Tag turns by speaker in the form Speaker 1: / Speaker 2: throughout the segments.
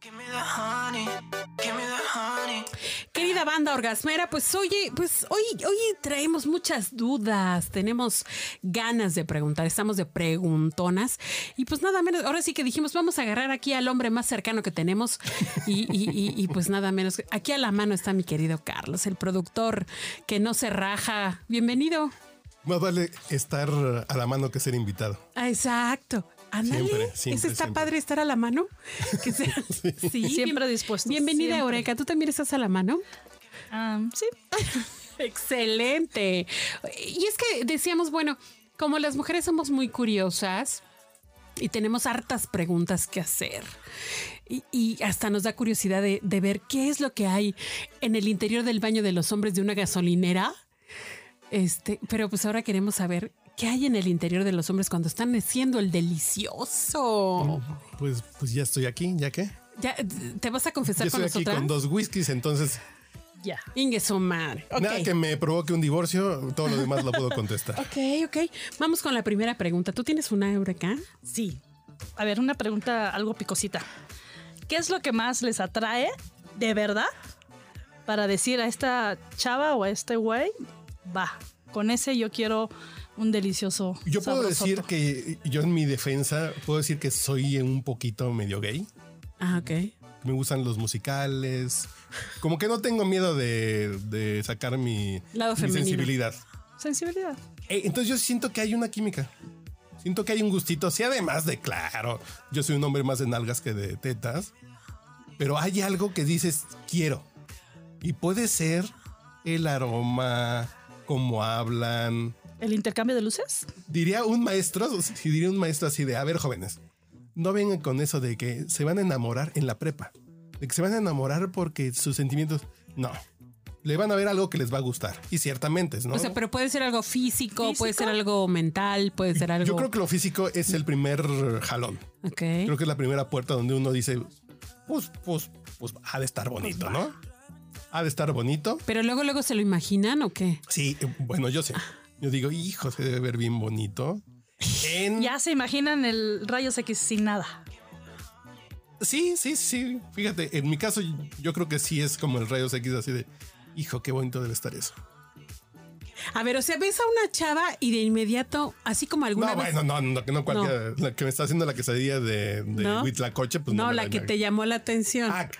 Speaker 1: Give me the honey, give me the honey.
Speaker 2: Querida banda orgasmera, pues oye, pues hoy, hoy traemos muchas dudas, tenemos ganas de preguntar, estamos de preguntonas y pues nada menos, ahora sí que dijimos, vamos a agarrar aquí al hombre más cercano que tenemos y, y- y- y, pues nada menos, aquí a la mano está mi querido Carlos, el productor que no se raja, bienvenido.
Speaker 3: Más vale estar a la mano que ser invitado.
Speaker 2: Ah, exacto. Ándale.
Speaker 3: Siempre,
Speaker 2: ¿Eso
Speaker 3: siempre,
Speaker 2: está
Speaker 3: siempre.
Speaker 2: padre estar a la mano? Que sea- sí.
Speaker 4: Siempre dispuestos.
Speaker 2: Bienvenida,
Speaker 4: Siempre.
Speaker 2: Eureka. ¿Tú también estás a la mano?
Speaker 4: Ah, sí.
Speaker 2: Excelente. Y es que decíamos, bueno, como las mujeres somos muy curiosas y tenemos hartas preguntas que hacer. Y, y hasta nos da curiosidad de, de ver qué es lo que hay en el interior del baño de los hombres de una gasolinera. Este, pero pues ahora queremos saber qué hay en el interior de los hombres cuando están haciendo el delicioso.
Speaker 3: Pues, pues ya estoy aquí, ¿ya qué?
Speaker 2: Ya te vas a
Speaker 3: Ya
Speaker 2: confesar con
Speaker 3: Mm. estoy aquí
Speaker 2: nosotras.
Speaker 3: con dos whiskies, entonces
Speaker 4: Ya.
Speaker 2: Ingue su madre. Ok.
Speaker 3: nada que me provoque un divorcio, todo lo demás lo puedo contestar.
Speaker 2: Ok, ok. Vamos con la primera pregunta. ¿Tú tienes una eureka?
Speaker 4: Sí. A ver, una pregunta algo picosita. ¿Qué es lo que más les atrae de verdad para decir a esta chava o a este güey, va, con ese yo quiero un delicioso.
Speaker 3: Yo puedo
Speaker 4: sabrosoto"?
Speaker 3: decir que yo en mi defensa puedo decir que soy un poquito medio gay.
Speaker 2: Ah, ok.
Speaker 3: Me gustan los musicales. Como que no tengo miedo de, de sacar mi,
Speaker 2: Lado
Speaker 3: mi
Speaker 2: femenino.
Speaker 3: sensibilidad.
Speaker 4: Sensibilidad.
Speaker 3: Eh, Entonces yo siento que hay una química. Siento que hay un gustito. Sí, además de claro, yo soy un hombre más de nalgas que de tetas. Pero hay algo que dices, quiero. Y puede ser el aroma, cómo hablan.
Speaker 4: ¿El intercambio de luces?
Speaker 3: Diría un maestro, si diría un maestro así de, a ver jóvenes, no vengan con eso de que se van a enamorar en la prepa. De que se van a enamorar porque sus sentimientos... No. Le van a ver algo que les va a gustar. Y ciertamente, ¿no?
Speaker 2: O sea, pero puede ser algo físico, puede
Speaker 4: ¿Físico?
Speaker 2: ser algo mental, puede ser algo. ¿Eh?
Speaker 3: Yo creo que lo físico es el primer jalón.
Speaker 2: Ok.
Speaker 3: Creo que es la primera puerta donde uno dice, pues, pues, pues, ha de estar bonito, ¿no? Ha de estar bonito.
Speaker 2: Pero luego, luego se lo imaginan o qué?
Speaker 3: Sí, eh, bueno, yo sé. Yo digo, hijo, se debe ver bien bonito. En-
Speaker 4: Ya se imaginan el rayos X sin nada.
Speaker 3: Sí, sí, sí. Fíjate, en mi caso, yo creo que sí es como el rayos X así de, hijo, qué bonito debe estar eso.
Speaker 2: A ver, o sea, ves a una chava y de inmediato, así como alguna
Speaker 3: No,
Speaker 2: vez.
Speaker 3: bueno, no, no, no cualquiera. La que me está haciendo la quesadilla de, de
Speaker 2: ¿No?
Speaker 3: Huitlacoche, pues
Speaker 2: no,
Speaker 3: me
Speaker 2: la que te llamó la atención.
Speaker 3: Ah,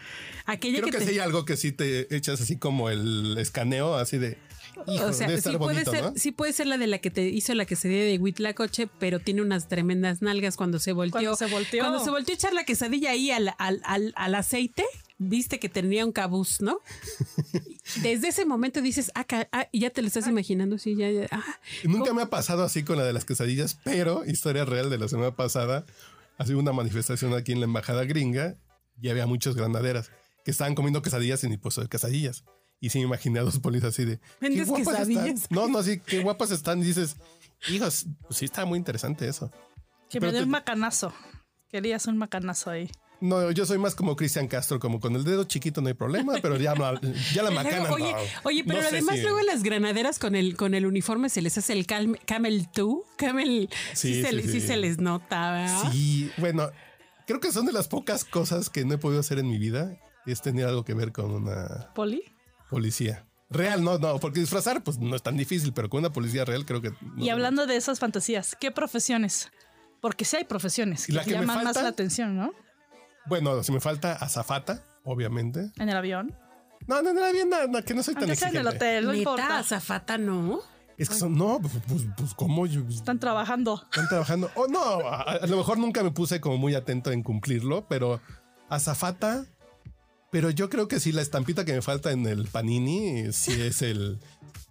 Speaker 2: Aquella
Speaker 3: Creo
Speaker 2: que,
Speaker 3: que,
Speaker 2: te.
Speaker 3: sí hay algo que sí te echas así como el escaneo, así de, hijo,
Speaker 2: o sea,
Speaker 3: debe
Speaker 2: sí
Speaker 3: estar
Speaker 2: puede,
Speaker 3: bonito,
Speaker 2: ser,
Speaker 3: ¿no?
Speaker 2: sí puede ser la de la que te hizo la que se dio de Huitlacoche, pero tiene unas tremendas nalgas cuando se volteó.
Speaker 4: Cuando se volteó.
Speaker 2: Cuando se volteó a echar la quesadilla ahí al, al- al- al aceite, viste que tenía un cabuz, ¿no? Desde ese momento dices, ah, ca- ah, y ya te lo estás imaginando, sí, ya, ya, ah.
Speaker 3: Nunca me ha pasado así con la de las quesadillas, pero historia real de la semana pasada, ha sido una manifestación aquí en la embajada gringa y había muchas granaderas que estaban comiendo quesadillas en el puesto de quesadillas. Y sí me imaginé a dos polis así de... "Qué
Speaker 2: ¿Vendes
Speaker 3: guapas están".
Speaker 2: quesadillas?
Speaker 3: No, no, así, qué guapas están. Y dices, hijos, pues sí está muy interesante eso.
Speaker 4: Que
Speaker 3: Pero
Speaker 4: me dé
Speaker 3: te-
Speaker 4: un macanazo. Querías un macanazo ahí.
Speaker 3: No, yo soy más como Cristian Castro, como con el dedo chiquito no hay problema, pero ya, no- ya la
Speaker 2: Luego,
Speaker 3: macana
Speaker 2: oye,
Speaker 3: no.
Speaker 2: oye, pero
Speaker 3: No sé
Speaker 2: además
Speaker 3: si-
Speaker 2: luego las granaderas con el con el uniforme se les hace el calm- camel tú, camel, sí,
Speaker 3: Sí,
Speaker 2: se,
Speaker 3: sí,
Speaker 2: le- sí
Speaker 3: sí.
Speaker 2: se les nota,
Speaker 4: Ah.
Speaker 2: ¿verdad?
Speaker 3: Sí, bueno, creo que son de las pocas cosas que no he podido hacer en mi vida es tener algo que ver con una
Speaker 4: ¿Poli?
Speaker 3: policía. Real, no, no, porque disfrazar pues no es tan difícil, pero con una policía real creo que... no.
Speaker 4: Y hablando de esas fantasías, ¿qué profesiones? Porque sí hay profesiones que,
Speaker 3: La
Speaker 4: te
Speaker 3: que me
Speaker 4: llaman más
Speaker 3: falta-
Speaker 4: la atención, ¿no?
Speaker 3: Bueno, si me falta azafata, obviamente.
Speaker 4: En el avión.
Speaker 3: No, no, no, bien, no, no, que no soy tan
Speaker 4: Aunque Ah, sea en el
Speaker 3: exigente.
Speaker 4: hotel, no
Speaker 2: Neta,
Speaker 4: importa.
Speaker 2: azafata no.
Speaker 3: Es que son, no, pues, pues, pues como yo...
Speaker 4: Están trabajando.
Speaker 3: Están trabajando. Oh, no, a, a lo mejor nunca me puse como muy atento en cumplirlo, pero azafata. Pero yo creo que sí, la estampita que me falta en el panini, sí es el.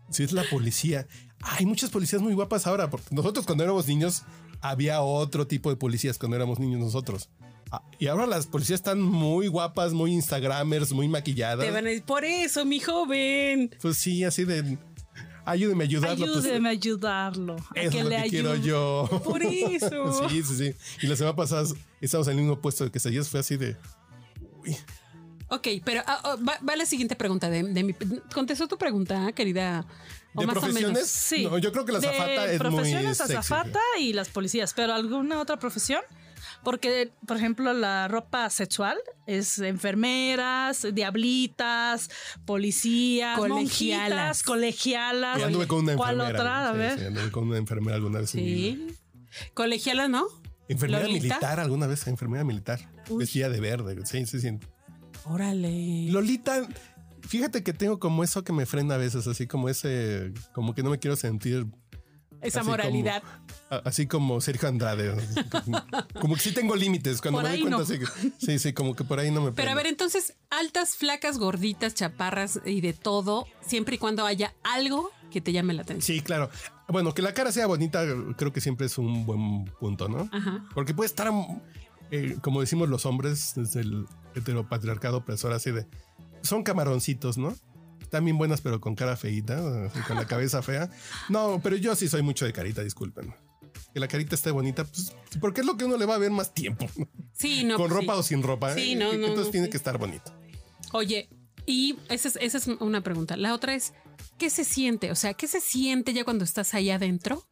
Speaker 3: Sí es la policía. Hay muchas policías muy guapas ahora, porque nosotros cuando éramos niños había otro tipo de policías cuando éramos niños nosotros. Ah, Y ahora las policías están muy guapas, muy Instagramers, muy maquilladas.
Speaker 2: Te van a decir, por eso, mi joven.
Speaker 3: Pues sí, así de. Ayúdeme a ayudarlo. pues,
Speaker 4: Ayúdeme a ayudarlo. a
Speaker 3: es lo que quiero
Speaker 4: ayude.
Speaker 3: yo.
Speaker 2: Por eso.
Speaker 3: Sí, sí, sí. Y la semana pasada estábamos en el mismo puesto de que Quesadillas. Fue así de. uy,
Speaker 2: Ok, pero ah, ah, va, va la siguiente pregunta de, de mi. Contestó tu pregunta, ah, querida. O
Speaker 3: ¿De
Speaker 2: más o menos.
Speaker 3: profesiones?
Speaker 4: Sí.
Speaker 3: No, yo creo que la
Speaker 4: De
Speaker 3: azafata es muy
Speaker 4: profesiones,
Speaker 3: sexy.
Speaker 4: azafata y las policías, pero alguna otra profesión. Porque, por ejemplo, la ropa sexual es enfermeras, diablitas, policías,
Speaker 2: Colegialas.
Speaker 4: monjitas, colegialas.
Speaker 3: Yo anduve con una
Speaker 4: ¿Cuál
Speaker 3: enfermera.
Speaker 4: otra? A
Speaker 3: sí,
Speaker 4: ver.
Speaker 3: sí, anduve con una enfermera alguna vez. en mi vida.
Speaker 2: Sí. Colegiala, ¿no?
Speaker 3: Enfermera
Speaker 2: ¿Lolita?
Speaker 3: militar alguna vez, enfermera militar.
Speaker 2: Uy.
Speaker 3: Vestida de verde. Sí, sí, sí.
Speaker 2: Órale.
Speaker 3: Lolita, fíjate que tengo como eso que me frena a veces, así como ese, como que no me quiero sentir
Speaker 2: Esa
Speaker 3: así
Speaker 2: moralidad.
Speaker 3: a- así como Sergio Andrade. como que sí tengo límites cuando
Speaker 4: Por
Speaker 3: me doy
Speaker 4: ahí
Speaker 3: cuenta.
Speaker 4: no.
Speaker 3: así que- sí, sí, como que por ahí no
Speaker 2: Pero
Speaker 3: me.
Speaker 2: a
Speaker 3: prendo.
Speaker 2: ver, entonces, altas, flacas, gorditas, chaparras y de todo, siempre y cuando haya algo que te llame la atención.
Speaker 3: Sí, claro. Bueno, que la cara sea bonita, creo que siempre es un buen punto, ¿no?
Speaker 2: Ajá.
Speaker 3: Porque puede estar, eh, como decimos los hombres, desde el heteropatriarcado opresor, así de. Son camaroncitos, ¿no? Están bien buenas, pero con cara feíta, así, con la cabeza fea. No, pero yo sí soy mucho de carita, disculpen. Que la carita esté bonita, pues, porque es lo que uno le va a ver más tiempo.
Speaker 2: Sí, no.
Speaker 3: con
Speaker 2: pues,
Speaker 3: ropa
Speaker 2: sí.
Speaker 3: o sin ropa.
Speaker 2: Sí,
Speaker 3: eh,
Speaker 2: no, no,
Speaker 3: Entonces
Speaker 2: no,
Speaker 3: tiene
Speaker 2: sí.
Speaker 3: que estar bonito.
Speaker 2: Oye, y esa es, esa es una pregunta. La otra es, ¿qué se siente? O sea, ¿qué se siente ya cuando estás ahí adentro?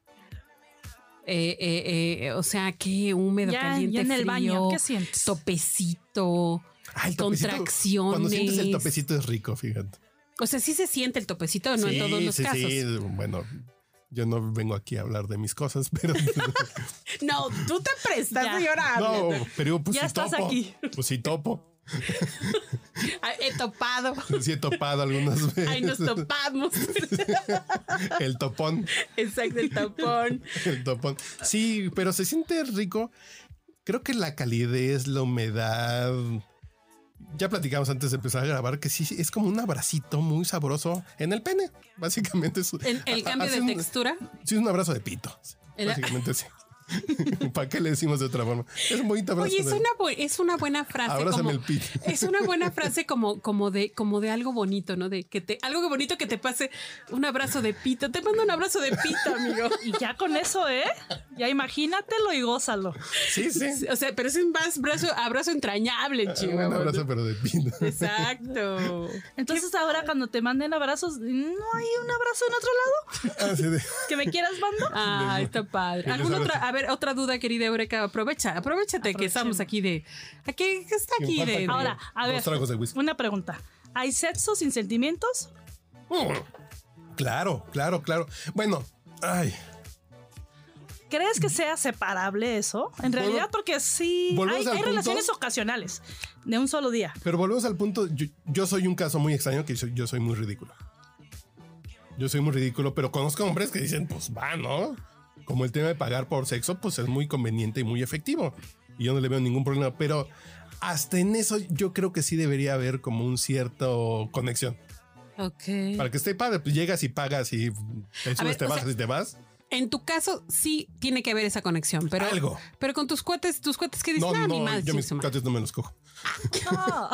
Speaker 2: Eh, eh, eh, o sea, qué húmedo,
Speaker 4: Ya,
Speaker 2: caliente,
Speaker 4: ya en el
Speaker 2: frío,
Speaker 4: baño, ¿qué sientes?
Speaker 2: topecito.
Speaker 3: Ah, el topecito, Cuando sientes
Speaker 2: Contracciones.
Speaker 3: el topecito es rico, fíjate.
Speaker 2: O sea, sí se siente el topecito, no en todos los
Speaker 3: sí,
Speaker 2: casos.
Speaker 3: sí. Bueno, yo no vengo aquí a hablar de mis cosas, pero.
Speaker 2: No, tú te prestas,
Speaker 4: Ya.
Speaker 2: señora.
Speaker 3: no, pero pues
Speaker 4: Ya
Speaker 3: sí
Speaker 4: estás
Speaker 3: topo.
Speaker 4: aquí.
Speaker 3: Pues sí topo.
Speaker 2: Ah, He topado.
Speaker 3: Sí he topado algunas veces.
Speaker 2: Ay, nos topamos.
Speaker 3: El topón.
Speaker 2: Exacto, el tapón.
Speaker 3: El topón. Sí, pero se siente rico. Creo que la calidez, la humedad. Ya platicamos antes de empezar a grabar que sí, es como un abracito muy sabroso en el pene. Básicamente es
Speaker 2: El, el cambio
Speaker 3: hace
Speaker 2: de
Speaker 3: un-
Speaker 2: textura.
Speaker 3: Sí, es un abrazo de pito.
Speaker 2: El-
Speaker 3: Básicamente sí. ¿Para qué le decimos de otra forma? Es un bonito abrazo.
Speaker 2: Oye, es
Speaker 3: de-
Speaker 2: una, bu- es una buena frase.
Speaker 3: Abrázame
Speaker 2: como-
Speaker 3: el pito.
Speaker 2: Es una buena frase como, como, de, como de algo bonito, ¿no? De que te, algo bonito que te pase un abrazo de pito. Te mando un abrazo de pito, amigo.
Speaker 4: Y ya con eso, ¿eh? Ya imagínatelo y gózalo.
Speaker 3: Sí, sí.
Speaker 2: O sea, pero es un más abrazo, abrazo entrañable,
Speaker 3: Un
Speaker 2: chihuahua.
Speaker 3: abrazo, pero de pito.
Speaker 2: Exacto.
Speaker 4: Entonces ahora cuando te manden abrazos, ¿no hay un abrazo en otro lado
Speaker 3: Así de-
Speaker 4: que me quieras mandar?
Speaker 2: Ah, está
Speaker 3: Y
Speaker 2: padre.
Speaker 3: les
Speaker 2: ¿Alguna
Speaker 3: abrazo.
Speaker 2: otra? A ver, otra duda, querida Eureka. Aprovecha, aprovechate que
Speaker 4: Aprovechemos.
Speaker 2: estamos aquí de. Aquí que está
Speaker 3: Que
Speaker 2: aquí
Speaker 3: falta
Speaker 2: de.
Speaker 3: que-
Speaker 4: Ahora, a
Speaker 3: Dos
Speaker 4: ver,
Speaker 3: tragos de whisky.
Speaker 4: una pregunta. ¿Hay sexo sin sentimientos?
Speaker 3: Claro, claro, claro. Bueno, ay,
Speaker 4: ¿Crees que sea separable eso? En realidad, porque sí,
Speaker 3: volvemos
Speaker 4: hay,
Speaker 3: al
Speaker 4: hay
Speaker 3: punto.
Speaker 4: relaciones ocasionales de un solo día.
Speaker 3: pero volvemos al punto. Yo, yo soy un caso muy extraño que yo, yo soy muy ridículo. Yo soy muy ridículo, pero conozco hombres que dicen, pues va, ¿no? Como el tema de pagar por sexo, pues es muy conveniente y muy efectivo. Y yo no le veo ningún problema, pero hasta en eso yo creo que sí debería haber como un cierto conexión.
Speaker 2: Ok.
Speaker 3: Para que esté padre, pues llegas y pagas y te subes,
Speaker 2: ver,
Speaker 3: te
Speaker 2: o sea,
Speaker 3: bajas y te vas.
Speaker 2: En tu caso, sí tiene que haber esa conexión, pero.
Speaker 3: Algo.
Speaker 2: Pero con tus cuates, tus cuates que dicen,
Speaker 3: No,
Speaker 2: ah, mi
Speaker 3: no,
Speaker 2: madre,
Speaker 3: yo
Speaker 2: chingue
Speaker 3: mis
Speaker 2: su madre".
Speaker 3: cuates no me los cojo.
Speaker 4: No.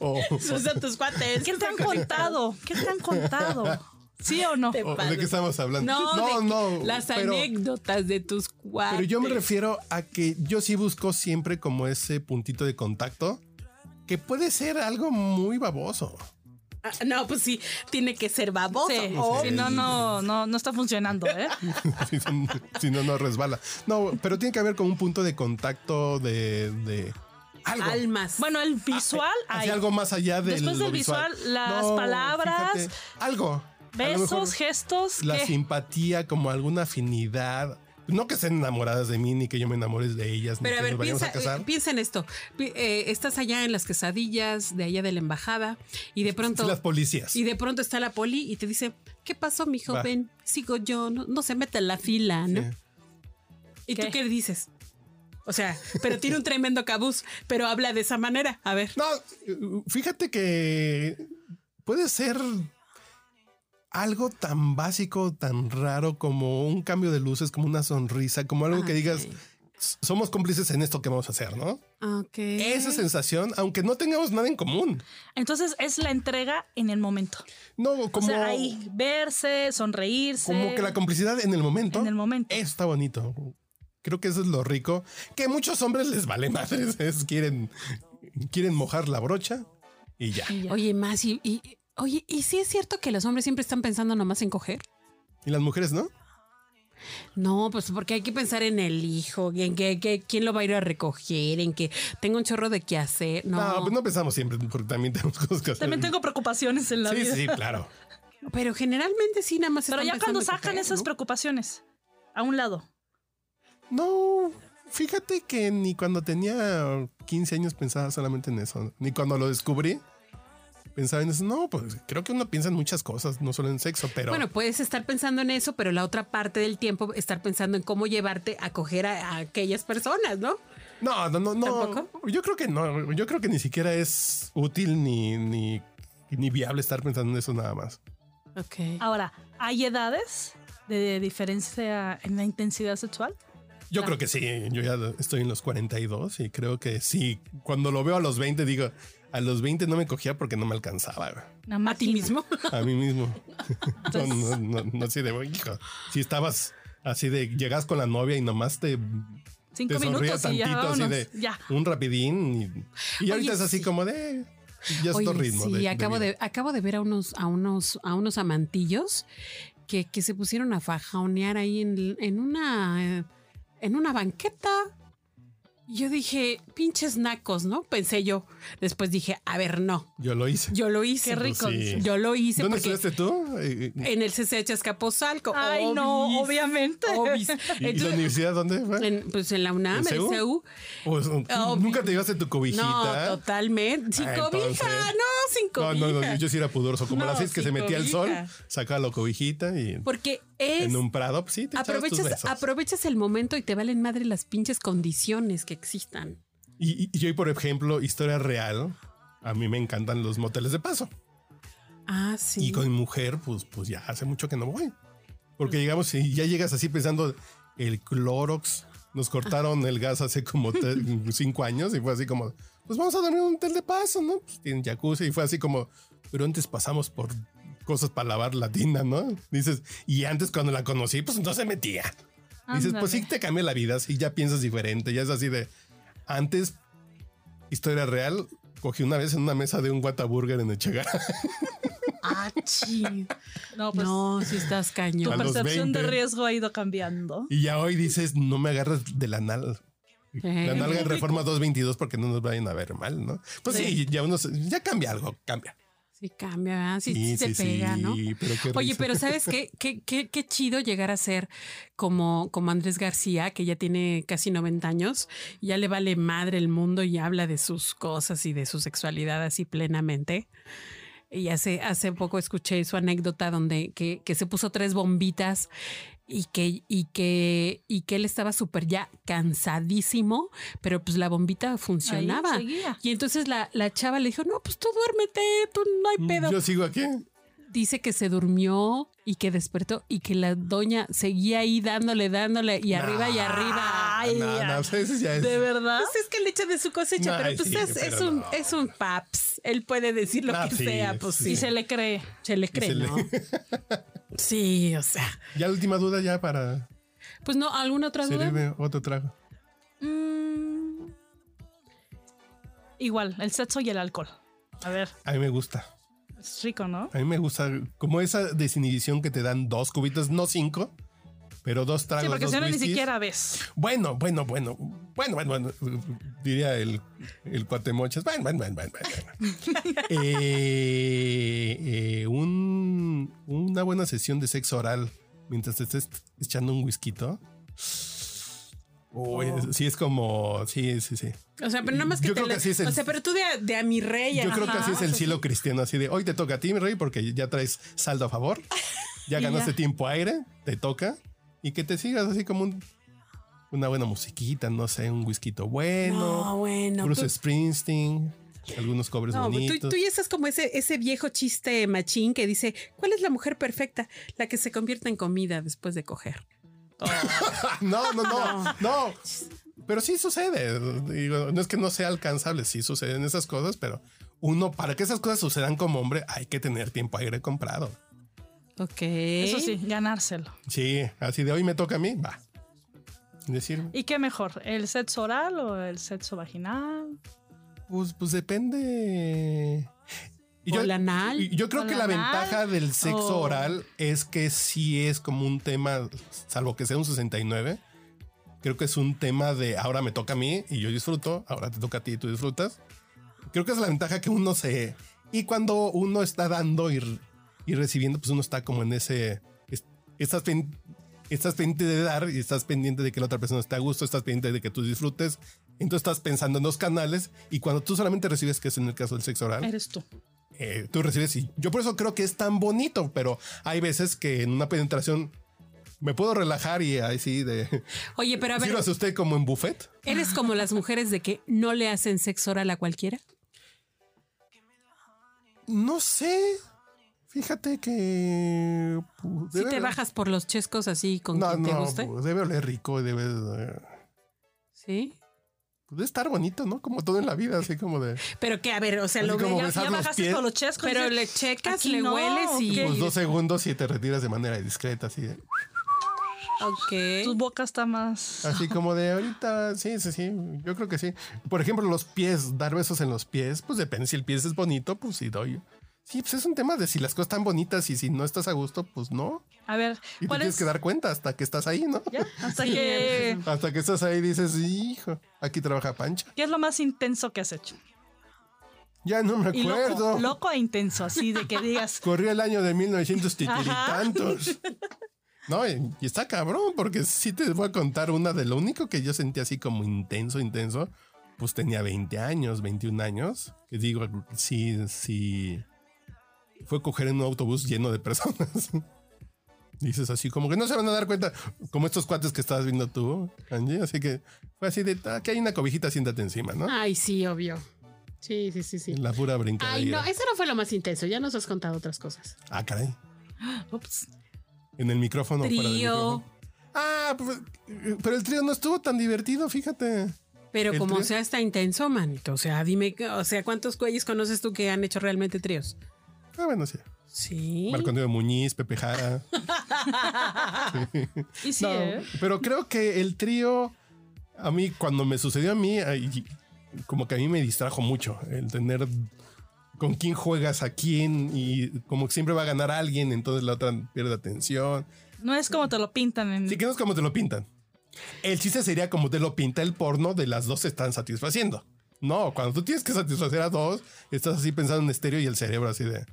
Speaker 3: O-
Speaker 2: O sea, tus cuates.
Speaker 4: ¿Qué te han contado? ¿Qué te han contado? ¿Sí o no?
Speaker 3: o- ¿De qué estamos hablando?
Speaker 2: No, de que- Las
Speaker 3: pero-
Speaker 2: anécdotas de tus cuates.
Speaker 3: Pero yo me refiero a que yo sí busco siempre como ese puntito de contacto que puede ser algo muy baboso.
Speaker 2: Ah, No, pues sí, tiene que ser baboso.
Speaker 4: Sí,
Speaker 2: Oh,
Speaker 4: si no, no, no, no está funcionando, ¿eh?
Speaker 3: si, no- si no, no resbala. No, pero tiene que haber como un punto de contacto de, de algo.
Speaker 2: Almas.
Speaker 4: Bueno, el visual hay.
Speaker 3: Hacia algo más allá del
Speaker 4: Después del
Speaker 3: lo
Speaker 4: visual, las palabras,
Speaker 3: fíjate, algo. A lo mejor-
Speaker 4: Besos, gestos.
Speaker 3: la
Speaker 4: ¿qué?
Speaker 3: simpatía, como alguna afinidad. No que estén enamoradas de mí ni que yo me enamore de ellas,
Speaker 2: Pero
Speaker 3: ni
Speaker 2: a
Speaker 3: que
Speaker 2: ver,
Speaker 3: nos vayamos
Speaker 2: piensa,
Speaker 3: a casar.
Speaker 2: eh, piensa en esto. Pi- eh, estás allá en las quesadillas, de allá de la embajada, y de pronto.
Speaker 3: Las policías.
Speaker 2: y de pronto está la poli y te dice, ¿qué pasó, mi
Speaker 3: Va.
Speaker 2: joven? Sigo yo, no, no se meta en la fila, ¿no?
Speaker 3: Sí.
Speaker 2: ¿Y tú
Speaker 4: ¿Qué?
Speaker 2: qué dices? O sea, pero tiene un tremendo cabuz, pero habla de esa manera. A ver.
Speaker 3: No, eh, fíjate que puede ser algo tan básico, tan raro como un cambio de luces, como una sonrisa, como algo que
Speaker 2: Ah,
Speaker 3: digas,
Speaker 2: ok.
Speaker 3: s- somos cómplices en esto que vamos a hacer, ¿no?
Speaker 2: Ok.
Speaker 3: Esa sensación, aunque no tengamos nada en común.
Speaker 4: Entonces es la entrega en el momento.
Speaker 3: No, como,
Speaker 4: o sea, ahí verse, sonreírse.
Speaker 3: como que la Eh, complicidad en el momento.
Speaker 4: En el momento.
Speaker 3: Eso está bonito. Creo que eso es lo rico. Que a muchos hombres les vale madres. es- quieren, quieren mojar la brocha y ya.
Speaker 4: Y ya.
Speaker 2: Oye, más y, y- oye, ¿y si es cierto que los hombres siempre están pensando nomás en coger?
Speaker 3: Y las mujeres, ¿no?
Speaker 2: No, pues porque hay que pensar en el hijo, en que, que- quién lo va a ir a recoger, en que tengo un chorro de qué hacer. No,
Speaker 3: No, pues no pensamos siempre, porque también tenemos cosas que hacer.
Speaker 4: También tengo preocupaciones en la
Speaker 3: Sí,
Speaker 4: vida.
Speaker 3: sí, claro.
Speaker 2: pero generalmente sí, nada más.
Speaker 4: Pero
Speaker 2: están
Speaker 4: ya cuando
Speaker 2: pensando en
Speaker 4: sacan
Speaker 2: coger,
Speaker 4: esas
Speaker 2: ¿no?
Speaker 4: preocupaciones a un lado.
Speaker 3: No, fíjate que ni cuando tenía 15 años pensaba solamente en eso, ni cuando lo descubrí pensaba en eso. No, pues creo que uno piensa en muchas cosas, no solo en sexo, pero
Speaker 2: Bueno, puedes estar pensando en eso, pero la otra parte del tiempo estar pensando en cómo llevarte a coger a, a aquellas personas, ¿no?
Speaker 3: no, no, no, no.
Speaker 2: ¿Tampoco?
Speaker 3: Yo creo que no, yo creo que ni siquiera es útil ni, ni, ni viable estar pensando en eso nada más.
Speaker 2: Ok.
Speaker 4: Ahora, ¿hay edades de diferencia en la intensidad sexual?
Speaker 3: Yo
Speaker 4: Claro.
Speaker 3: creo que sí, yo ya estoy en los 42 y creo que sí, cuando lo veo a los 20 digo, a los 20 no me cogía porque no me alcanzaba. güey.
Speaker 4: Una
Speaker 2: A ti
Speaker 4: máquina.
Speaker 2: mismo.
Speaker 3: A mí mismo. No,
Speaker 4: Entonces-
Speaker 3: no,
Speaker 2: Pues
Speaker 3: no, no, así de, hijo. Si estabas así de, llegas con la novia y nomás te,
Speaker 4: Cinco
Speaker 3: te sonrías
Speaker 4: minutos y ya,
Speaker 3: tantito, así
Speaker 4: vámonos.
Speaker 3: de
Speaker 4: Ya.
Speaker 3: un rapidín. Y, y ahorita
Speaker 2: Oye,
Speaker 3: es así
Speaker 2: sí.
Speaker 3: como de, ya es
Speaker 2: Oye,
Speaker 3: tu ritmo.
Speaker 2: sí, acabo de,
Speaker 3: vida.
Speaker 2: acabo de ver a unos, a unos, a unos amantillos que, que se pusieron a fajonear ahí en, en una eh, en una banqueta. Y Yo dije, pinches nacos, ¿no? Pensé yo. Después dije, a ver, no.
Speaker 3: Yo lo hice.
Speaker 2: Yo lo hice.
Speaker 4: Qué rico.
Speaker 3: Pues Sí.
Speaker 4: dice.
Speaker 2: Yo lo hice
Speaker 3: ¿Dónde
Speaker 2: porque
Speaker 3: estuviste tú? Eh, eh,
Speaker 2: en el CCH Escaposalco.
Speaker 4: Ay, no,
Speaker 2: Obis,
Speaker 4: obviamente.
Speaker 2: obis.
Speaker 3: ¿Y y la
Speaker 2: Entonces,
Speaker 3: universidad dónde fue?
Speaker 2: en- pues en la UNAM,
Speaker 3: ¿En
Speaker 2: en
Speaker 3: CEU?
Speaker 2: CEU.
Speaker 3: Pues, Nunca te llevaste tu cobijita.
Speaker 2: No, totalmente. Sin
Speaker 3: Ah, entonces.
Speaker 2: cobija, no, sin
Speaker 3: No,
Speaker 2: cobija.
Speaker 3: no, no, yo sí era pudoroso. Como a las
Speaker 2: No,
Speaker 3: seis que se
Speaker 2: sin
Speaker 3: metía el sol,
Speaker 2: cobija.
Speaker 3: sacaba la cobijita y
Speaker 2: Porque es.
Speaker 3: en un prado, pues sí, te echabas tus
Speaker 2: Aprovechas,
Speaker 3: besos.
Speaker 2: aprovechas el momento y te valen madre las pinches condiciones que existan.
Speaker 3: Y, y- y hoy, por ejemplo, historia real, a mí me encantan los moteles de paso.
Speaker 2: Ah, sí.
Speaker 3: Y con mujer, pues, pues ya hace mucho que no voy. Porque llegamos y ya llegas así pensando, el Clorox, nos cortaron el gas hace como tres- cinco años y fue así como, pues vamos a dormir en un hotel de paso, ¿no? Pues tienen jacuzzi y fue así como, pero antes pasamos por cosas para lavar la tina, ¿no? Dices, y antes cuando la conocí, pues no se metía. Dices, pues sí
Speaker 4: Ándale.
Speaker 3: te cambia la vida, sí ya piensas diferente, ya es así de antes historia real, cogí una vez en una mesa de un Whataburger en Echegaray
Speaker 2: Ah, chi.
Speaker 4: No, pues
Speaker 2: No, si estás
Speaker 4: tu
Speaker 3: A
Speaker 2: cañón.
Speaker 3: los
Speaker 4: percepción
Speaker 3: 20.
Speaker 4: de riesgo ha ido cambiando.
Speaker 3: y ya hoy dices, no me agarras de la nalga. La
Speaker 2: Eh,
Speaker 3: nalga en reforma 222 porque no nos vayan a ver mal, ¿no? Pues sí,
Speaker 4: Sí.
Speaker 3: ya uno se- ya cambia algo, cambia.
Speaker 2: Sí, cambia, ¿verdad? Sí, sí se pega, ¿no?
Speaker 3: pero qué
Speaker 2: Oye,
Speaker 3: risa.
Speaker 2: pero ¿sabes qué? Qué, qué? qué chido llegar a ser como, como Andrés García, que ya tiene casi 90 años, ya le vale madre el mundo y habla de sus cosas y de su sexualidad así plenamente. Y hace, hace poco escuché su anécdota donde que, que se puso tres bombitas y que, y que, y que él estaba súper ya cansadísimo, pero pues la bombita
Speaker 4: Ahí
Speaker 2: funcionaba.
Speaker 4: seguía.
Speaker 2: Y entonces la, la chava le dijo, no, pues tú duérmete, tú no hay pedo
Speaker 3: Mm, Yo sigo aquí.
Speaker 2: dice que se durmió y que despertó y que la doña seguía ahí dándole, dándole y arriba y
Speaker 3: Ah,
Speaker 2: arriba.
Speaker 4: Ay,
Speaker 3: No, no,
Speaker 4: ya.
Speaker 3: pues, eso ya es-
Speaker 4: ¿De verdad?
Speaker 2: Pues es que le echa de su cosecha,
Speaker 3: No,
Speaker 2: pero pues
Speaker 3: sí,
Speaker 2: es,
Speaker 3: pero
Speaker 2: es un,
Speaker 3: no.
Speaker 2: es un paps. Él puede decir lo
Speaker 3: No,
Speaker 2: que
Speaker 3: sí,
Speaker 2: sea, pues
Speaker 3: sí.
Speaker 2: sí.
Speaker 4: Y se le cree.
Speaker 2: Se le cree,
Speaker 3: se le-
Speaker 2: ¿no? sí, o sea.
Speaker 3: Ya la última duda ya para
Speaker 2: Pues no, ¿alguna otra duda?
Speaker 3: servirme otro trago.
Speaker 4: Mm. Igual, el sexo y el alcohol. A ver,
Speaker 3: A mí me gusta.
Speaker 4: es rico, ¿no?
Speaker 3: A mí me gusta como esa desinhibición que te dan dos cubitos, no cinco, pero dos tragos.
Speaker 4: Sí, porque
Speaker 3: dos
Speaker 4: si no ni
Speaker 3: whiskies.
Speaker 4: siquiera ves.
Speaker 3: Bueno, bueno, bueno, bueno, bueno, bueno, diría el, el cuatemochas. Bueno, bueno, bueno, bueno. bueno, bueno. Eh, eh, un- una buena sesión de sexo oral mientras te estés echando un whisky. Uy,
Speaker 2: Oh.
Speaker 3: sí es como, sí, sí, sí.
Speaker 2: O sea, pero nada más que
Speaker 3: Yo
Speaker 2: te
Speaker 3: creo
Speaker 2: la-
Speaker 3: que sí es el-
Speaker 2: O sea, pero tú de, a- de a mi rey.
Speaker 3: Yo creo que
Speaker 2: ajá.
Speaker 3: así es el cielo cristiano, así de hoy te toca a ti, mi rey, porque ya traes saldo a favor, ya
Speaker 2: Y
Speaker 3: ganaste
Speaker 2: ya.
Speaker 3: tiempo aire, te toca y que te sigas así como un- una buena musiquita, no sé, un whisky bueno,
Speaker 2: No, bueno.
Speaker 3: Bruce
Speaker 2: tú-
Speaker 3: Springsteen, algunos cobres
Speaker 2: No, pues tú,
Speaker 3: bonitos.
Speaker 2: tú ya estás como ese, ese viejo chiste machín que dice, ¿cuál es la mujer perfecta? La que
Speaker 3: Ah,
Speaker 2: se convierte en comida después de coger.
Speaker 3: no, no, no, no. Pero sí sucede. Digo, no es que no sea alcanzable, sí suceden esas cosas, pero uno, para que esas cosas sucedan como hombre, hay que tener tiempo aire comprado.
Speaker 2: Ok.
Speaker 4: Eso sí, ganárselo.
Speaker 3: Sí, así de hoy me toca a mí, va. Es Decir,
Speaker 4: ¿Y qué mejor? ¿El sexo oral o el sexo vaginal?
Speaker 3: pues, pues depende. Y
Speaker 2: O el anal.
Speaker 3: y yo creo
Speaker 4: o
Speaker 3: que
Speaker 4: el
Speaker 3: la
Speaker 4: anal,
Speaker 3: ventaja del sexo
Speaker 4: o-
Speaker 3: oral es que sí es como un tema, salvo que sea un 69, creo que es un tema de ahora me toca a mí y yo disfruto, ahora te toca a ti y tú disfrutas. Creo que es la ventaja que uno se... Y cuando uno está dando y, r- y recibiendo, pues uno está como en ese... es- Estás, pen- estás pendiente de dar y estás pendiente de que la otra persona esté a gusto, estás pendiente de que tú disfrutes. Entonces estás pensando en los canales y cuando tú solamente recibes, que es en el caso del sexo oral,
Speaker 4: Eres tú.
Speaker 3: eh, tú recibes y yo por eso creo que es tan bonito, pero hay veces que en una penetración me puedo relajar y ahí sí de
Speaker 2: Oye, pero a
Speaker 3: ¿Sí
Speaker 2: ver,
Speaker 3: lo hace usted como en buffet.
Speaker 2: ¿eres como las mujeres de que no le hacen sexo oral a cualquiera?
Speaker 3: No sé. Fíjate que pues,
Speaker 2: Si
Speaker 3: debe-
Speaker 2: te bajas por los chescos así con
Speaker 3: No,
Speaker 2: quien te
Speaker 3: no,
Speaker 2: guste.
Speaker 3: pues, debe oler rico, debe eh,
Speaker 2: Sí.
Speaker 3: pues, debe estar bonito, ¿no? Como todo en la vida, así como de
Speaker 2: Pero que, a ver, o sea,
Speaker 3: Así
Speaker 2: lo
Speaker 3: como
Speaker 2: veía-
Speaker 3: besar
Speaker 4: Ya
Speaker 3: los
Speaker 4: bajaste
Speaker 3: pies.
Speaker 4: con los chescos. y
Speaker 2: Pero
Speaker 4: dices,
Speaker 2: le checas,
Speaker 4: "Aquí
Speaker 2: le
Speaker 4: no,
Speaker 2: hueles y.
Speaker 4: ok".
Speaker 3: pues, dos segundos y te retiras de manera discreta, así, de-
Speaker 4: Tu
Speaker 2: Ok.
Speaker 4: boca está más.
Speaker 3: así como de ahorita, sí, sí, sí, yo creo que sí. Por ejemplo, los pies, dar besos en los pies, pues depende si el pie es bonito, pues sí doy. Sí, pues es un tema de si las cosas están bonitas y si no estás a gusto, pues no.
Speaker 4: A ver,
Speaker 3: Y te
Speaker 4: ¿cuál
Speaker 3: tienes
Speaker 4: es?
Speaker 3: que dar cuenta hasta que estás ahí, ¿no?
Speaker 4: Ya, hasta
Speaker 2: Sí,
Speaker 4: que.
Speaker 3: Hasta que estás ahí y dices, hijo, aquí trabaja Pancha.
Speaker 4: ¿Qué es lo más intenso que has hecho?
Speaker 3: Ya no me
Speaker 4: Y loco,
Speaker 3: acuerdo.
Speaker 4: loco e intenso, así de que digas.
Speaker 3: Corría el año de 1900
Speaker 4: Ajá.
Speaker 3: tantos. No, y y está cabrón, porque sí te voy a contar una de lo único que yo sentí así como intenso, intenso, pues tenía 20 años, 21 años, que digo, sí, sí, fue coger en un autobús lleno de personas. Dices así, como que no se van a dar cuenta, como estos cuates que estabas viendo tú, Angie, así que fue así de, "Ah, aquí hay una cobijita, siéntate encima, ¿no?
Speaker 5: Ay, sí, obvio. Sí, sí, sí, Ah, sí.
Speaker 3: La pura brincadera.
Speaker 5: Ay, no, eso no fue lo más intenso. Ya nos has contado otras cosas.
Speaker 3: Ah, caray.
Speaker 4: Ups.
Speaker 3: En el micrófono. fuera del
Speaker 2: Trío.
Speaker 3: micrófono. Ah, pues, eh, pero el trío no estuvo tan divertido, fíjate.
Speaker 2: Pero
Speaker 3: ¿El
Speaker 2: como
Speaker 3: trío?
Speaker 2: sea, está intenso, manito. O sea, dime, o sea, ¿cuántos güeyes conoces tú que han hecho realmente tríos?
Speaker 3: Ah, bueno, sí.
Speaker 2: Sí.
Speaker 3: Marco Antonio Muñiz, Pepe Jara.
Speaker 4: Y sí,
Speaker 3: No,
Speaker 4: ¿eh?
Speaker 3: pero creo que el trío, a mí, cuando me sucedió a mí, ay, como que a mí me distrajo mucho el tener con quién juegas a quién y como que siempre va a ganar alguien, entonces la otra pierde atención.
Speaker 4: No es como te lo pintan en.
Speaker 3: Así que no es como te lo pintan. El chiste sería como te lo pinta el porno de las dos se están satisfaciendo. No, cuando tú tienes que satisfacer a dos, estás así pensando en estéreo y el cerebro así de...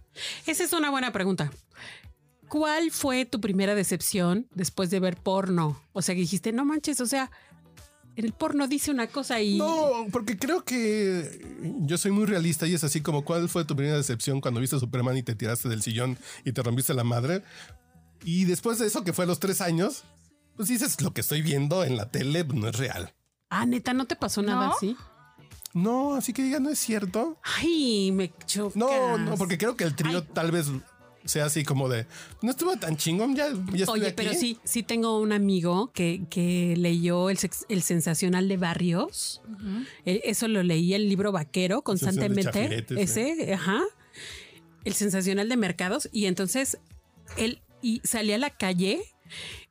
Speaker 2: Esa es una buena pregunta. ¿Cuál fue tu primera decepción después de ver porno? O sea, que dijiste, no manches, o sea, el porno dice una cosa y.
Speaker 3: No, porque creo que yo soy muy realista y es así como cuál fue tu primera decepción cuando viste Superman y te tiraste del sillón y te rompiste la madre. Y después de eso, que fue a los tres años, pues dices, lo que estoy viendo en la tele no es real.
Speaker 2: Ah, neta, ¿no te pasó nada
Speaker 4: ¿No?
Speaker 2: así?
Speaker 3: No, así que diga, no es cierto.
Speaker 2: Ay, me chocas.
Speaker 3: No, no, porque creo que el trío tal vez sea así como de no estuvo tan chingón, ya, ya estoy
Speaker 2: Oye,
Speaker 3: aquí".
Speaker 2: pero sí, sí tengo un amigo que, que leyó el, sex- el sensacional de Barrios. Eh, Eso lo leí el libro vaquero
Speaker 3: Sensacional de ¿eh?
Speaker 2: constantemente.
Speaker 3: Chafiretes,
Speaker 2: Ese, ajá. El sensacional de mercados. Y entonces él y salía a la calle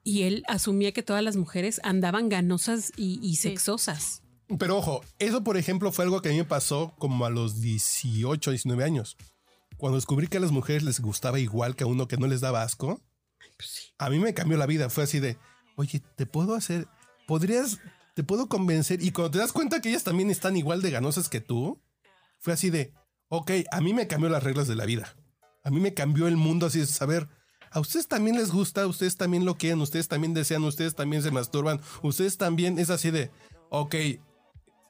Speaker 2: y él asumía que todas las mujeres andaban ganosas y, y sexosas.
Speaker 3: Pero ojo, eso por ejemplo fue algo que a mí me pasó como a los 18, 19 años. Cuando descubrí que a las mujeres les gustaba igual que a uno que no les daba asco, a mí me cambió la vida. Fue así de, oye, te puedo hacer, podrías, te puedo convencer. Y cuando te das cuenta que ellas también están igual de ganosas que tú, fue así de, ok, a mí me cambió las reglas de la vida. A mí me cambió el mundo así de saber. A ustedes también les gusta, a ustedes también lo quieren, ustedes también desean, ustedes también se masturban, ustedes también es así de, ok,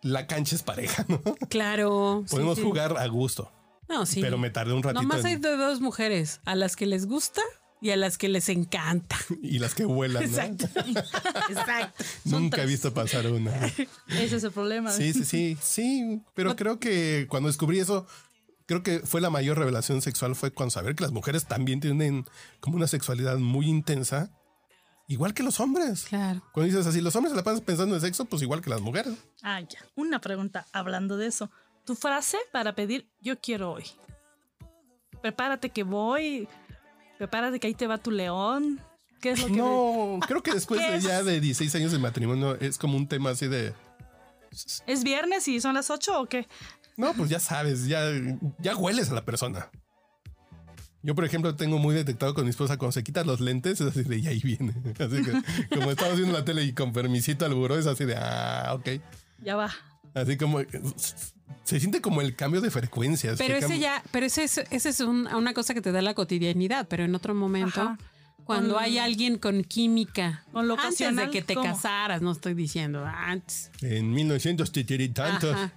Speaker 3: la cancha es pareja, ¿no?
Speaker 2: Claro. sí,
Speaker 3: Podemos
Speaker 2: sí.
Speaker 3: jugar a gusto,
Speaker 2: No, sí.
Speaker 3: pero me tardé un ratito
Speaker 2: Nomás hay
Speaker 3: en-
Speaker 2: de dos mujeres, a las que les gusta y a las que les encanta.
Speaker 3: y las que vuelan, ¿no?
Speaker 2: Exacto. Exacto.
Speaker 4: Son
Speaker 3: Nunca he
Speaker 4: tres.
Speaker 3: visto pasar una.
Speaker 4: Ese es el problema.
Speaker 3: Sí, sí, sí, sí, pero creo que cuando descubrí eso, creo que fue la mayor revelación sexual fue cuando saber que las mujeres también tienen como una sexualidad muy intensa Igual que los hombres.
Speaker 2: Claro.
Speaker 3: Cuando dices así, los hombres se la pasan pensando en sexo, pues igual que las mujeres.
Speaker 4: Ah, ya. Una pregunta hablando de eso. Tu frase para pedir yo quiero hoy. Prepárate que voy. Prepárate que ahí te va tu león. ¿Qué es lo que
Speaker 3: No, creo que después de ya de 16 años de matrimonio es como un tema así de,
Speaker 4: ¿Es viernes y son las 8 o qué?
Speaker 3: no, pues ya sabes, ya, ya hueles a la persona. Yo, por ejemplo, tengo muy detectado con mi esposa cuando se quita los lentes, es así de, y ahí viene. Así que, como estamos viendo la tele y con permisito al buró, es así de, ah, ok.
Speaker 4: Ya va.
Speaker 3: Así como, se siente como el cambio de frecuencias.
Speaker 2: Pero
Speaker 3: que
Speaker 2: ese
Speaker 3: cambia-
Speaker 2: ya, pero ese es, ese es un- una cosa que te da la cotidianidad, pero en otro momento,
Speaker 4: Ajá.
Speaker 2: cuando
Speaker 4: Con-
Speaker 2: hay alguien con química,
Speaker 4: Con lo
Speaker 2: antes de
Speaker 4: ocasional,
Speaker 2: que te
Speaker 4: ¿cómo?
Speaker 2: casaras, no estoy diciendo antes.
Speaker 3: En 1900 y tantos.
Speaker 2: Ajá.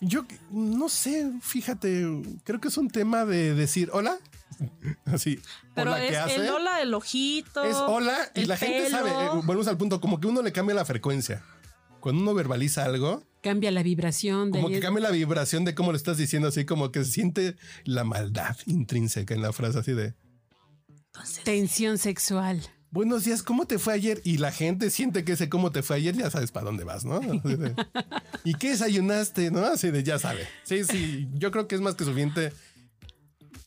Speaker 3: Yo que- no sé, fíjate, creo que es un tema de decir hola. Así,
Speaker 4: Pero
Speaker 3: hola, ¿qué
Speaker 4: es
Speaker 3: hace?
Speaker 4: el hola, el ojito.
Speaker 3: es hola y
Speaker 4: el
Speaker 3: la gente
Speaker 4: pelo.
Speaker 3: sabe. eh, volvemos al punto, como que uno le cambia la frecuencia. Cuando uno verbaliza algo,
Speaker 2: Cambia la vibración de
Speaker 3: como que
Speaker 2: ahí.
Speaker 3: cambia la vibración de cómo lo estás diciendo, así como que se siente la maldad intrínseca en la frase, así de
Speaker 2: tensión sexual.
Speaker 3: buenos días, ¿cómo te fue ayer? Y la gente siente que ese cómo te fue ayer, ya sabes para dónde vas, ¿no? Así de, ¿Y qué desayunaste? ¿No? Así de, ya sabe. Sí, sí, yo creo que es más que suficiente.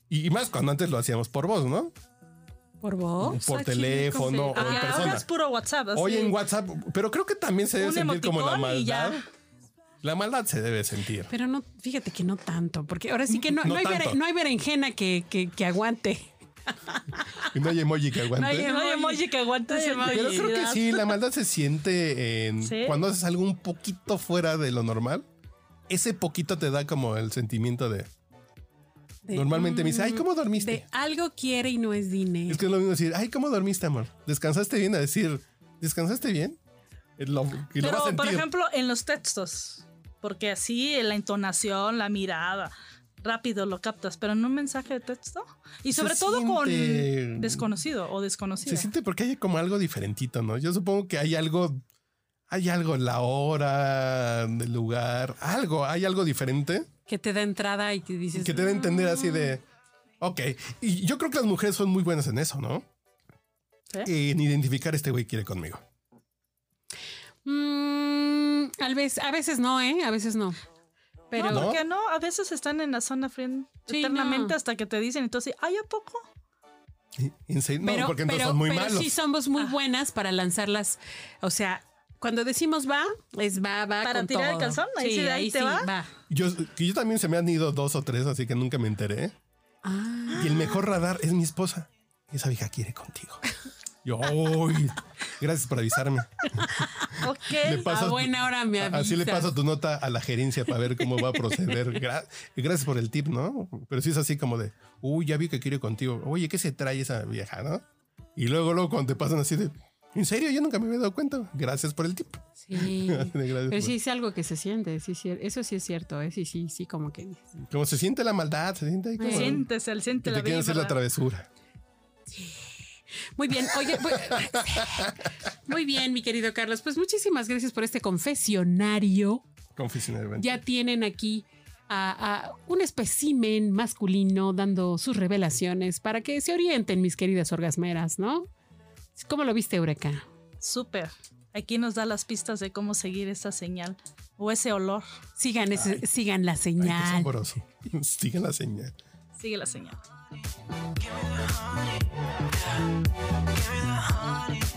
Speaker 3: Y y más cuando antes lo hacíamos por voz, ¿no?
Speaker 2: ¿Por vos?
Speaker 3: por teléfono o
Speaker 4: Ah,
Speaker 3: en
Speaker 4: ahora
Speaker 3: persona.
Speaker 4: es puro WhatsApp. así.
Speaker 3: Hoy en WhatsApp, pero creo que también se debe
Speaker 4: Un
Speaker 3: sentir como la
Speaker 4: emoticón y ya.
Speaker 3: maldad. La maldad se debe sentir.
Speaker 2: Ah, Pero no, fíjate que no tanto, porque ahora sí que no,
Speaker 3: No
Speaker 2: no hay,
Speaker 3: tanto.
Speaker 2: bere- no hay berenjena que, que- que aguante.
Speaker 3: Y no hay emoji que aguante.
Speaker 2: No hay
Speaker 4: No hay emoji que aguante ese
Speaker 3: pero creo que sí, la maldad se siente en
Speaker 4: Sí.
Speaker 3: cuando haces algo un poquito fuera de lo normal. Ese poquito te da como el sentimiento de.
Speaker 2: De-
Speaker 3: normalmente me dice, ay,
Speaker 4: "Mm,
Speaker 3: ¿cómo dormiste?
Speaker 2: De algo quiere y no es dinero.
Speaker 3: Es que es lo mismo decir, ay, ¿cómo dormiste, amor? ¿Descansaste bien? A decir, ¿descansaste bien? Eh, Lo, y lo vas a
Speaker 4: Pero,
Speaker 3: sentir.
Speaker 4: por ejemplo, en los textos, porque así en la entonación, la mirada, rápido lo captas, pero en un mensaje de texto, y
Speaker 3: Se
Speaker 4: sobre todo
Speaker 3: siente-
Speaker 4: con desconocido o desconocida.
Speaker 3: Se siente porque hay como algo diferentito, ¿no? Yo supongo que hay algo, hay algo, la hora, el lugar, algo, hay algo diferente
Speaker 2: Que te da entrada y que dices. "Mm,
Speaker 3: que te debe entender así de, ok. Y yo creo que las mujeres son muy buenas en eso, ¿no?
Speaker 4: ¿Sí?
Speaker 3: En identificar este güey quiere conmigo.
Speaker 2: Mm, a, veces, a veces no, ¿eh? A veces no. Pero
Speaker 4: no,
Speaker 3: ¿No?
Speaker 4: porque no, a veces están en la zona friend
Speaker 2: Sí,
Speaker 4: eternamente
Speaker 2: no.
Speaker 4: hasta que te dicen, entonces, ¿ay, a poco?
Speaker 3: Y- en serio, no,
Speaker 2: pero,
Speaker 3: porque entonces
Speaker 2: pero-
Speaker 3: son muy
Speaker 2: pero
Speaker 3: malos.
Speaker 2: sí somos muy
Speaker 4: Ah.
Speaker 2: buenas para lanzarlas. O sea, cuando decimos va, es va, va.
Speaker 4: Para
Speaker 2: con
Speaker 4: tirar el
Speaker 2: todo.
Speaker 4: calzón, ahí sí, ahí te
Speaker 2: sí,
Speaker 4: va.
Speaker 3: Yo, que yo también se me han ido dos o tres, así que nunca me enteré.
Speaker 2: Ah,
Speaker 3: Y el mejor radar es mi esposa. Esa vieja quiere contigo. Yo, "Uy, gracias por avisarme. Le
Speaker 4: Ok.
Speaker 3: pasas-
Speaker 2: a Ah, buena hora me avisas.
Speaker 3: Así le paso tu nota a la gerencia para ver cómo va a proceder. Gra- gracias por el tip, ¿no? Pero sí es así como de, uy, ya vi que quiere contigo. Oye, ¿qué se trae esa vieja, no? Y luego, luego, cuando te pasan así de, ¿en serio? Yo nunca me había dado cuenta. Gracias por el tip.
Speaker 2: Sí.
Speaker 3: Gracias
Speaker 2: Pero
Speaker 3: por-
Speaker 2: sí es algo que se siente, sí, sí, eso sí es cierto, ¿eh? sí, sí, sí, como que dices.
Speaker 3: Como se siente la maldad, se siente ahí como
Speaker 4: Sientes el siente
Speaker 3: que
Speaker 4: la
Speaker 3: te quieren hacer la
Speaker 4: vibra.
Speaker 3: travesura.
Speaker 2: Muy bien, oye, pues, muy bien, mi querido Carlos, pues muchísimas gracias por este confesionario.
Speaker 3: Confesionalmente.
Speaker 2: Ya tienen aquí a, a un especimen masculino dando sus revelaciones para que se orienten, mis queridas orgasmeras, ¿no? ¿Cómo lo viste, Eureka?
Speaker 4: Súper. Aquí nos da las pistas de cómo seguir esa señal o ese olor.
Speaker 2: Sigan, ese- sigan la
Speaker 3: Ay, qué
Speaker 2: señal.
Speaker 3: sabroso. Sigue la señal.
Speaker 4: Sigue la señal.
Speaker 1: Give me the honey. Yeah. Give me the honey.